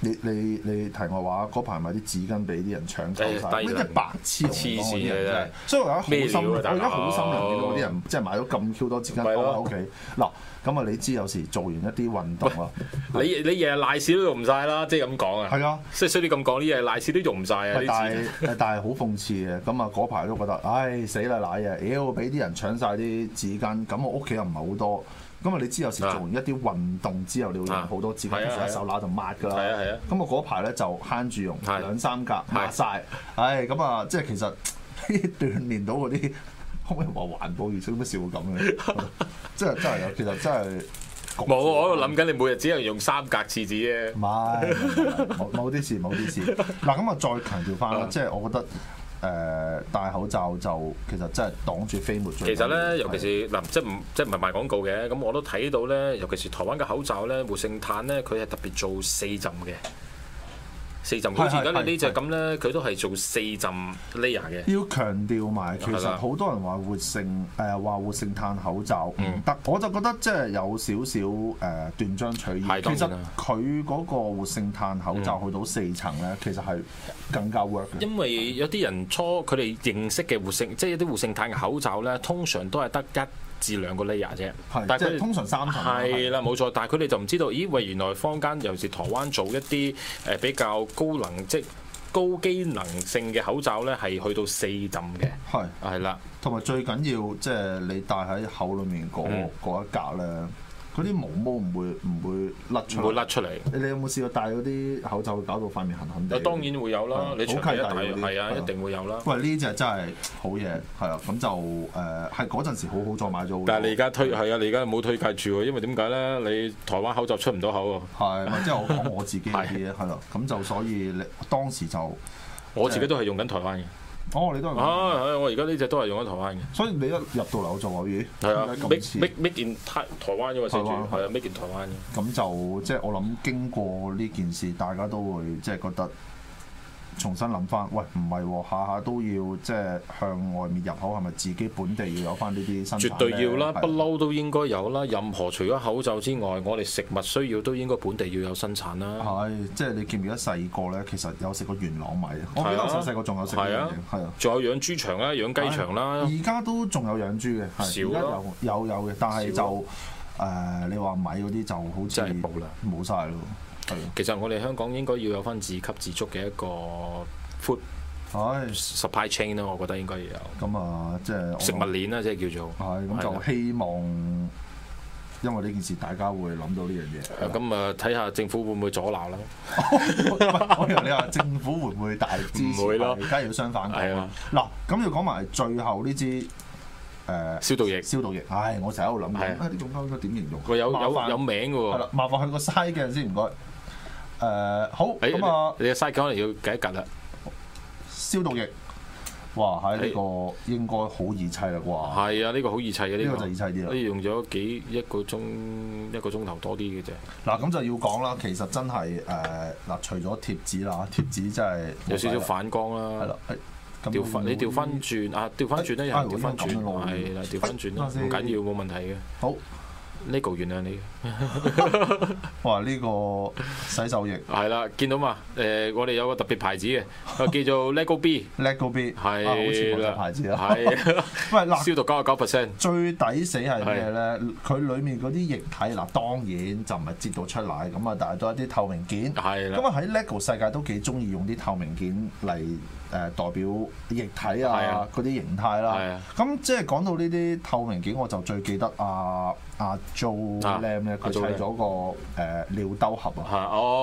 你你你題外話嗰排咪啲紙巾俾啲人搶購哎晒，低咩能啲白痴嚟黐講嗰線啲人嘅真係真係，所以我而家好咩料心啊涼，我大而佬家好心涼見到嗰啲人即係買咗咁 Q 多紙巾咪放咯喺屋企。嗱，咁啊你知有時做完一啲運動啊，你你日日賴屎都用唔晒啦，即係咁講啊！係啊。即係所以你咁講，呢嘢賴屎都用唔晒啊！喂但呢係 但係好諷刺嘅，咁啊嗰排都覺得，唉死啦奶啊！妖俾啲人搶晒啲紙巾，咁我屋企又唔係好多，咁啊你知有時做完一啲運動之後，你會用好多紙巾，啊其係啊實一手揦就抹㗎啦。係啊係啊咁我嗰排咧就慳住用係兩三格抹係晒，唉咁啊即係其實鍛鍊到嗰啲， 可唔可以話環保意識乜笑到咁嘅？ 即係真係有，其實真係啲冇，我喺度諗緊你每日只能用三格廁紙啫唔。係，冇冇啲事，冇啲事。嗱，咁啊，再強調翻啦，即係我覺得誒、戴口罩就其實真係擋住飛沫最其緊要。實咧，尤其係是嗱，即係唔即係唔係賣廣告嘅，咁我都睇到咧，尤其是台灣嘅口罩咧，活性炭咧，佢係特別做四浸嘅，四浸。好似而家你呢只咁咧，佢都係做四浸 layer 嘅。要強調埋，其係實啦好多人話活性誒話、活性炭口罩唔得，我就覺得即係有少少誒、斷章取義。係其當實然啦佢嗰個活性炭口罩去到四層咧，其實係更加 work 嘅。因為有啲人初佢哋認識嘅活性，即係一啲活性炭嘅口罩咧，通常都係得一至兩個 layer 啫。係即係通常三層啦係啦，冇錯。但係佢哋就唔知道，咦？喂，原來坊間尤其是台灣做一啲誒比較高能即高機能性嘅口罩咧，係去到四浸嘅。係。係啦，同埋最緊要即係你戴喺口裏面嗰嗯嗰一格咧，嗰啲毛毛唔會唔會甩出唔嚟。會甩出嚟。你你有冇試過戴嗰啲口罩會搞到塊面痕痕地？啊當然會有啦係，你長好期契一弟戴，嗰啲係啊，係啊一定會有啦。喂，呢只真係好嘢，係啊，咁就誒係嗰陣時好好再買咗好多。但係你而家推係啊，你而家冇推介住喎，因為點解咧？你台灣口罩出唔到口喎。係咪即係我講我自己嗰啲 嘢係啦，咁就所以你當時就我自己都係用緊台灣嘅。哦，你都係咁啊，係我而家呢只都係用緊台灣嘅。所以你一入到嚟我就話咦，係啊點解咁似，make make make in 台台灣嘅嘛，寫住台灣係啊，make in 台灣嘅。咁就即係我諗經過呢件事，大家都會即係覺得重新諗翻，喂，唔係喎，下下都要即係向外面入口，係咪自己本地要有翻呢啲生產絕對要啦，呢不。嬲都應該有啦。任何除咗口罩之外，我哋食物需要都應該本地要有生產啦。係，即係你記唔記得細個咧？其實有食過元朗米，啊我記得我細細個仲有食呢係樣啊嘢，係啊。仲有養豬場啦，養雞場啦，而家都仲有養豬嘅，係而少家咯有有有嘅，但係少咯就誒你話米嗰啲就好似真係冇啦，冇晒咯，係啊其實我哋香港應該要有翻自給自足嘅一個 food 唉， supply chain 啦，我覺得應該要有咁啊，即係我食物鏈啦，即係叫做係咁就係啊希望，因為呢件事大家會諗到呢樣嘢。啦咁啊，睇下政府會唔會阻撓啦？ 我以為你話政府會唔會大支持？唔會咯而家要相反係講啊。嗱，咁要講埋最後呢支誒消毒液消毒液。唉，我成日喺度諗緊，係啊啊呢種應該點形容？佢有麻有煩有名嘅係啦喎，。麻煩去個 side 嘅先，唔該。誒好誒咁啊，哎你你嘅 size 可能要計一計啦。消毒液，哇！喺呢個應該好易砌啦啩。係啊，呢個好易砌嘅呢哦呢個就易砌啲啦呢用咗幾一個鐘一個鐘頭多啲嘅啫，嗱咁就要講啦，其實真係誒嗱，除咗貼紙啦，貼紙真係有少少冇計啦反光啦。係啦，誒咁調翻會你調翻轉啊，調翻轉咧，有哎人調翻轉，哎我已經咁樣係啦，調翻轉啦，等下先唔緊要，冇問題嘅。好。呢個原諒你，哇！呢個洗手液 係啦，見到嘛？誒，我哋有個特別牌子嘅，啊 叫做 Lego B， Lego B 係啊啦，好似我隻牌子啊。係啦喂， 嗱，消毒九十九 percent，最抵死係咩咧？佢裡面嗰啲液體嗱，當然就唔係擠到出嚟咁啊，但係都係一啲透明件。咁係啦，啊喺 LEGO 世界都幾中意用啲透明件嚟誒、代表液體係啊啊嗰啲形態啦係啊。咁即係講到呢啲透明件，我就最記得阿阿 Joe 啊 Lam 咧，佢阿砌 Joe Lam 咗個誒、尿兜盒啊。係哦哦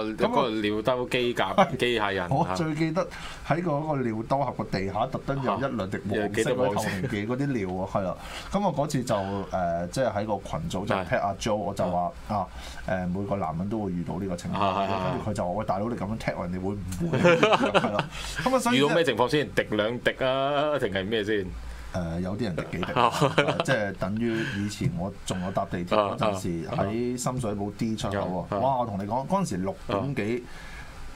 哦，咁嗰我個尿兜機甲機械人，我係最記得喺個嗰個尿兜盒個地下特登有一兩滴黃色嗰啲透明嘅嗰啲尿啊，係啦。咁我嗰次就誒、即係喺個群組就係 t 阿 Joe，我就話啊誒，每個男人都會遇到呢個情況係嘅，係係跟住佢就話：喂，大佬你咁樣 t 人哋會 唔會？係啦。咁啊，所以遇到即係咩情況先？滴兩滴啊，定係咩先？誒、呃有啲人滴幾滴，哦即係等於以前我仲有搭地鐵嗰陣時喺深水埗 D 出口喎，啊哇！我同你講嗰陣時六點幾。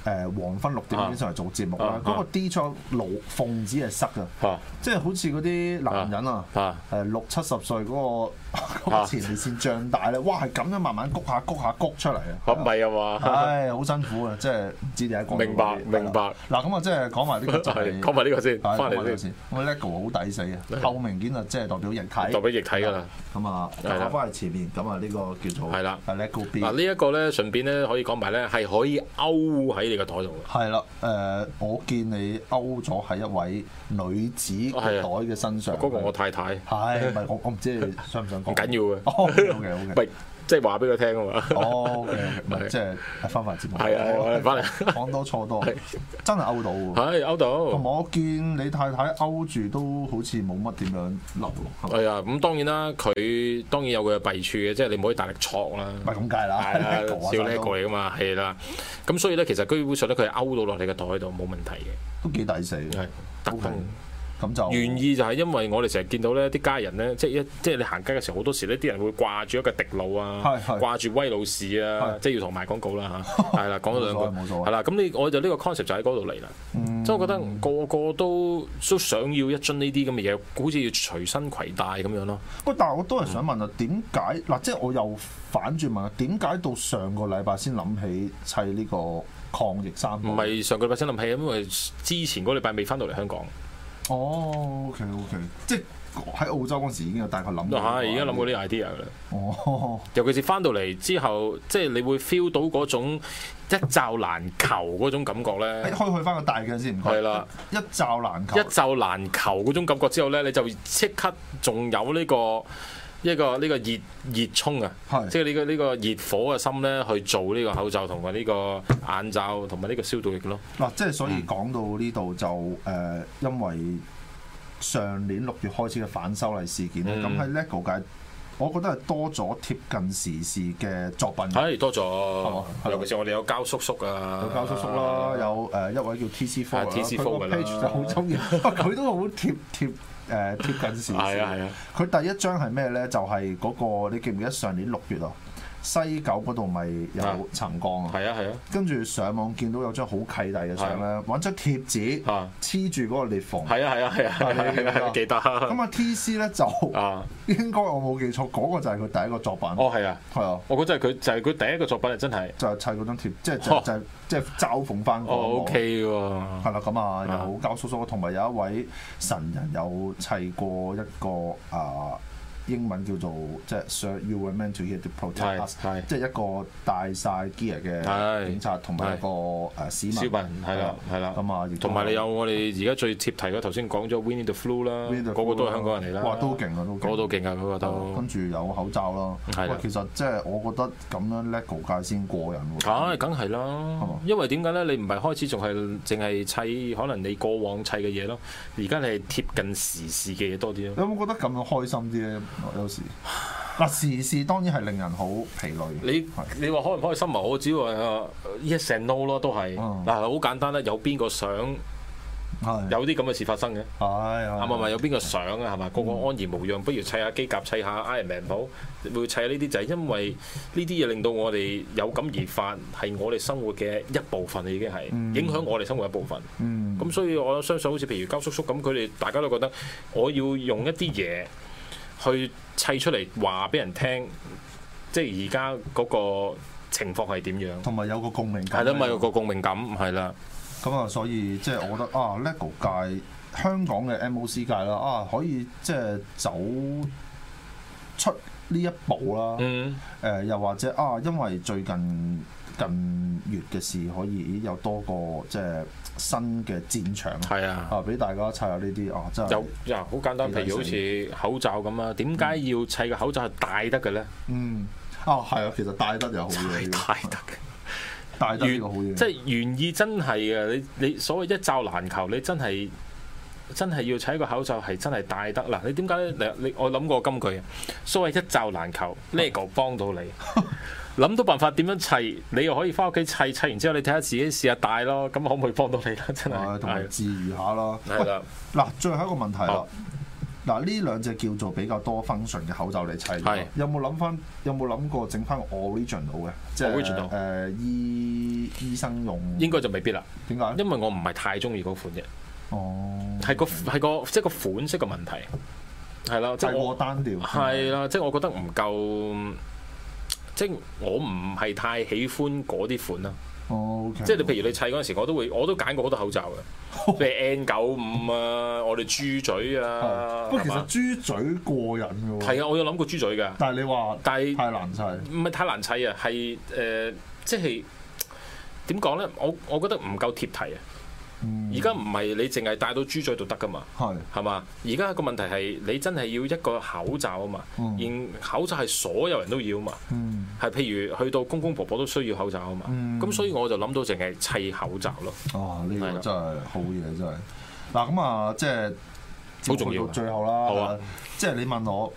誒、黃昏六點已經上嚟做節目啦啊，嗰、啊個 D 出口路縫子係塞嘅，嚇即係好似嗰啲男人啊，誒、啊六七十歲嗰、個嗰個前列腺脹大咧，哇係咁樣慢慢谷下谷下谷出嚟啊！嚇，唔係啊嘛？唉，好辛苦啊！即係唔知點解講到明白嗰啲明白係啦嗱，咁啊，即係講埋呢個就係 係講埋呢個先係返嚟講埋呢個先先。咁 LEGO 好抵死啊！透明件啊，即係代表液體，代表液體㗎啦。咁啊，係啦講翻嚟前面，咁啊，呢個叫做係啦啊 LEGO B 嗱，。呢一個咧，順便咧可以講埋咧，係可以勾喺你個袋度嘅。係啦，誒，我見你勾咗喺一位女子嘅係啊袋嘅身上。嗰個我太太唔係唔係我我唔知你想唔想講？緊要嘅， O K O K O 咪 K。即係話俾佢聽啊嘛。哦，唔係係即係翻返嚟節目。係啊係啊我哋返嚟講多錯多，真係勾到喎。係勾同埋到。哦我見你太太勾住都好似冇乜點樣笠喎，係咪係啊，咁當然啦，佢當然有佢嘅弊處嘅，即係你唔可以大力戳啦。唔係咁計啦，係啦，少呢呢一 一個個啊嚟噶嘛，係啦。咁所以咧，其實基本上咧，佢係勾到落你嘅袋度冇問題嘅，都幾抵死嘅係，特登 OK。咁就願意就係因為我哋成日見到咧，啲家人咧，即係一即係你行街嘅時候，好多時呢啲人會掛住一個迪路啊係係，掛住威老士啊係，即係要同賣廣告啦嚇， 係啦，講咗兩冇所謂冇嗯句，所謂係啦，咁你我就呢個 concept 就喺嗰度嚟啦，即係我覺得個個都都想要一樽呢啲咁嘅嘢，好似要隨身攜帶咁樣咯。喂，但係我都係想問啊，點解嗱？即係我又反轉問啊，點解到上個禮拜先諗起砌呢個抗疫三寶？唔係上個禮拜先諗起，因為之前嗰個禮拜未翻到嚟香港，哦，OK OK，即係喺澳洲嗰陣時已經有大概諗嚇過。而家諗過啲 idea 啦。哦， 尤其是翻到嚟之後，即係你會 feel 到嗰種一罩難求嗰種感覺誒咧。開去翻個大鏡先唔該。係啦，一罩難求一。罩難求嗰種感覺之後咧，你就即刻仲有呢、個一個呢個熱熱衷啊係，即係呢個呢個熱火嘅心咧去做呢個口罩同埋呢個眼罩同埋呢個消毒液咯。嗱，即係所嗯以講到呢度就誒、呃因為上年六月開始嘅反修例事件咧，咁嗯喺 LEGO 界，我覺得係多咗貼近時事嘅作品。係多嘛嗯啊係咯咗，尤其是我哋有膠叔叔啊，有教叔叔啦，有誒一位叫 TC Four 啦，係，TC 佢個 Four 㗎啦 page 就好中 意，佢都好貼貼誒貼近時事。係啊係啊，佢第一張係咩咧？就係嗰個你記唔記得上年六月啊？西九嗰度咪啊有沉降啊。係啊係啊，跟住上網見到有張好契弟嘅相咧，揾張貼紙啊黐住嗰個裂縫。係啊係啊係啊啊你記係得啊，啊記得咁啊，T.C. 咧就啊， 應該我冇記錯，嗰個就係佢第一個作品。哦係啊，係啊，我覺得係佢就係佢第一個作品啊係真係，就係砌嗰張貼，即係就哦就係即係嘲諷翻嗰個哦 OK 喎，係啦，咁啊有教叔叔，同埋有一位神人有砌過一個啊英文叫做即係 Sir You Were Meant to Here to Protect Us，係係即係一個戴晒 gear 嘅係警察同埋一個誒市民。小民係啦係啦，咁啊亦都同埋你有我哋而家最貼題嘅頭先講咗 Winnie the Flu 啦 Winnie the，個個都 Pooh 係香港人嚟啦，哇都勁啊都勁個個都勁啊嗰個都跟。住有口罩啦。係啦喂，其實即係我覺得咁樣 lego 界先過癮唉，喎。梗係啦嘛，因為點解咧？你唔係開始仲係淨係砌可能你過往砌嘅嘢咯，而家你係貼近時事嘅嘢多啲你咯。有冇覺得咁樣開心啲咧？有時嗱時事當然係令人好疲累。你係你話開唔開心啊？我只會話 yes and no 咯，都係嗯嗱，好簡單啦。有邊個想係有啲咁嘅事發生嘅？係係啱唔啱？有邊個想啊？係嘛？個個安然無恙，不如砌下機甲，砌下 Iron Man 譜，會砌下呢啲就係因為呢啲嘢令到我哋有感而發，係我哋生活嘅一部分啦已經係影響我哋生活一部分。嗯咁所以我相信好似譬如交叔叔咁，佢哋大家都覺得我要用一啲嘢去砌出嚟話俾人聽，即係而家嗰個情況係點樣？同埋有個共鳴係感。啦，咪有個共鳴感係啦，咁啊，所以即係我覺得啊，LEGO 界香港嘅 MOC 界啦，啊可以即係走出呢一步啦。誒、嗯，又或者啊，因為最近近月嘅事，可以咦有多個即係新嘅戰場係啊。啊，俾大家砌下呢啲啊，真係有嗱，好簡單，幾譬如好似口罩咁啊，點解要砌個口罩係戴得嘅咧？嗯啊，係啊，其實戴得又好嘢，戴得嘅，戴得呢原個好嘢，即係原意真係嘅，你你所謂一罩難求，你真係真係要砌個口罩係真係戴得嗱。你點解咧？你你我諗過金句啊，所謂一罩難求，LEGO 幫到你。諗到辦法點樣砌，你又可以翻屋企砌，砌完之後你睇下自己試下戴咯，咁可唔可以幫到你啦？真啊係同埋係治愈下啦。係啦，嗱，最後一個問題啦好。嗱，呢兩隻叫做比較多 function 嘅口罩嚟砌係咗，有冇諗翻？有冇諗過整翻 original 嘅？即係 original 誒醫醫生用應該就未必啦，點解？因為我唔係太中意嗰款啫。哦，係個係個即係個款式嘅問題，係啦，即太係過我單調。係啦，即係我覺得唔夠，即係我唔係太喜歡嗰啲款啦。哦，OK。即係你譬如你砌嗰陣時，我都會我都揀過好多口罩 嘅，譬如 N 九五啊，我哋豬嘴係啊，哦不過其係嘛實豬嘴過癮嘅喎。係啊，我有諗過豬嘴㗎，但係你話但係太難砌，唔係太難砌啊，係誒即係。點講咧？我我覺得唔夠貼題啊！嗯而家唔係你淨係戴到豬嘴就得㗎嘛，係係嘛？而家個問題係你真係要一個口罩啊嘛，嗯而口罩係所有人都要啊嘛，嗯係譬如去到公公婆婆都需要口罩啊嘛，嗯咁、所以我就諗到淨係砌口罩咯，啊，呢係個啦真係好嘢，真係。嗱咁啊，即係好重要去到啊最後啦。好啊即係你問我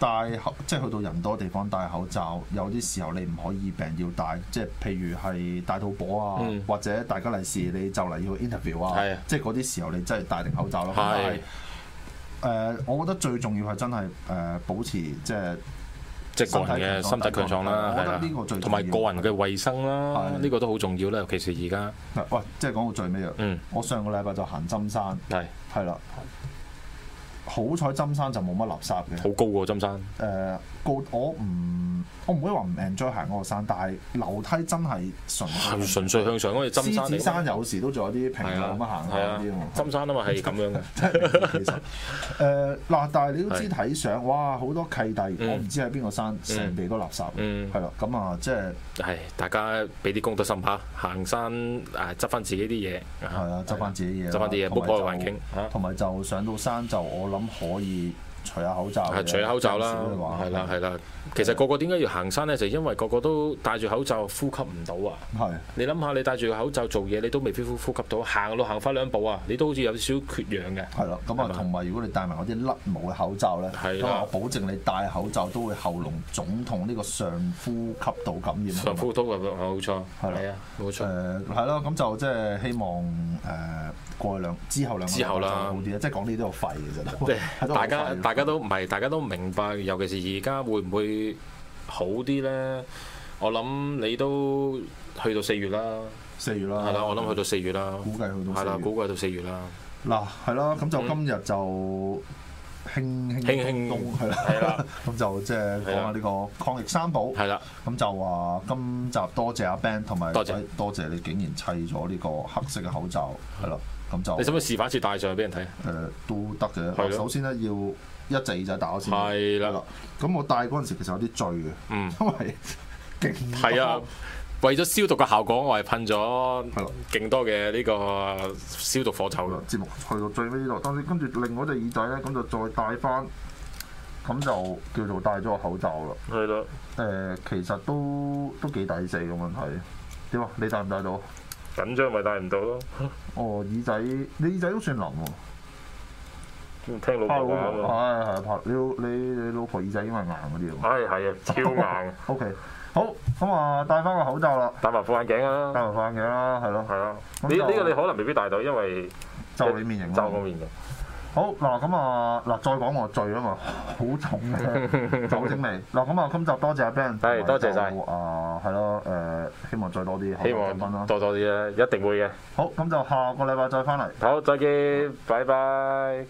戴口，即係去到人多地方戴口罩，有啲時候你唔可以病要戴，即係譬如係大肚婆啊，嗯或者大家嚟事你就嚟要 interview 係啊啊，即係嗰啲時候你真係戴定口罩咯。咁但係哦係誒，我覺得最重要係真係誒、保持即係即係個人嘅身身體體強強壯壯我啦，覺係得啦呢個最重要，同埋個人嘅衞生啦係，呢個都好重要啦，尤其是而家，嗱喂，即係講到最尾啊！嗯，我上個禮拜就行針山。係係啦。好彩針山就冇乜垃圾嘅，好高喎，針山，誒、高我唔我唔會話唔 enjoy 行嗰個山，但係樓梯真係純粹係純粹向上，我哋針山獅子嚟㗎嘛，山有時都仲有啲平係路啊咁樣，行下係嗰啊啲喎，針山啊嘛係咁樣 嘅，真係其實誒嗱，但係你都知睇相，哇好多契弟，我唔知喺邊個山，成地都垃圾，嗯係啦，咁啊即係係大家俾啲公德心嚇，行山啊執翻自己啲嘢，係係啊，執翻自己嘢啦，執翻啲嘢，同唔埋好破就壞環境嚇。同埋就上到山就我諗可以除下口罩嘅，係啊除口罩啦少嘅，話係啦，係啦。其實個個點解要行山咧？就因為個個都戴住口罩，呼吸唔到啊！係。你諗下，你戴住個口罩做嘢，你都未必呼呼吸到，行路行翻兩步啊，你都好似有少少缺氧嘅。係啦，咁啊係嘛同埋如果你戴埋嗰啲甩毛嘅口罩咧，係咁啦啊我保證你戴口罩都會喉嚨腫痛呢個上呼吸道感染。上呼吸道冇錯，係啦係啊，冇誒錯，係啦，咁就即係希望誒過兩之後兩個禮拜之後啦就好啲啦，啊即係講呢啲好廢嘅啫即都。係大家大家都唔係，大家都明白，尤其是而家會唔會好啲咧，我諗你都去到四月啦，四月啦，係啦，我諗去到四月啦，啊估計去到係啦，四月估計到四月啦，嗱係啦，咁嗯就今日就。輕輕輕輕東東係啦， 係啦，咁就即係講係啦下呢個抗疫三寶。係啦，咁就話今集多謝阿 Ben 同埋哎多謝多謝你竟然砌咗呢個黑色嘅口罩，係咯，咁就你使唔使示範一次戴上去俾人睇？啊誒、都得嘅。係咯首先咧要一隻耳仔打咗先。係啦係。咁我戴嗰陣時其實有啲醉嘅，嗯因為 勁多係啊。為咗消毒嘅效果，我係噴係咗咯勁多嘅呢個消毒火酒好啦啦。節目去到最尾呢度，但係跟住另外一隻耳仔咧，咁就再戴翻，咁就叫做戴咗個口罩啦。係啦，誒、其實都都幾抵死嘅問題。點啊？你戴唔戴到？緊張咪戴唔到咯，哦，耳仔，你耳仔都算腍喎。聽老怕老婆婆，話啊嘛。係係怕你老你你老婆耳仔應該係硬嗰啲喎。唉，係啊，超 硬， O K，好咁啊，戴翻個口罩啦，戴埋副眼鏡戴啊，埋副眼鏡啦，係咯，係啊。咁呢呢就個你可能未必戴到，因為就你面型就咯個。面型。好嗱，咁啊嗱，再講我醉啊嘛，好重 嘅酒精味。嗱，咁啊，今集多謝阿 Ben，係多謝晒同埋就啊，係咯，誒，希望再多啲，希分啦望。多多啊啲啦，一定會嘅。好，咁就下個禮拜再翻嚟。好，再見，拜拜。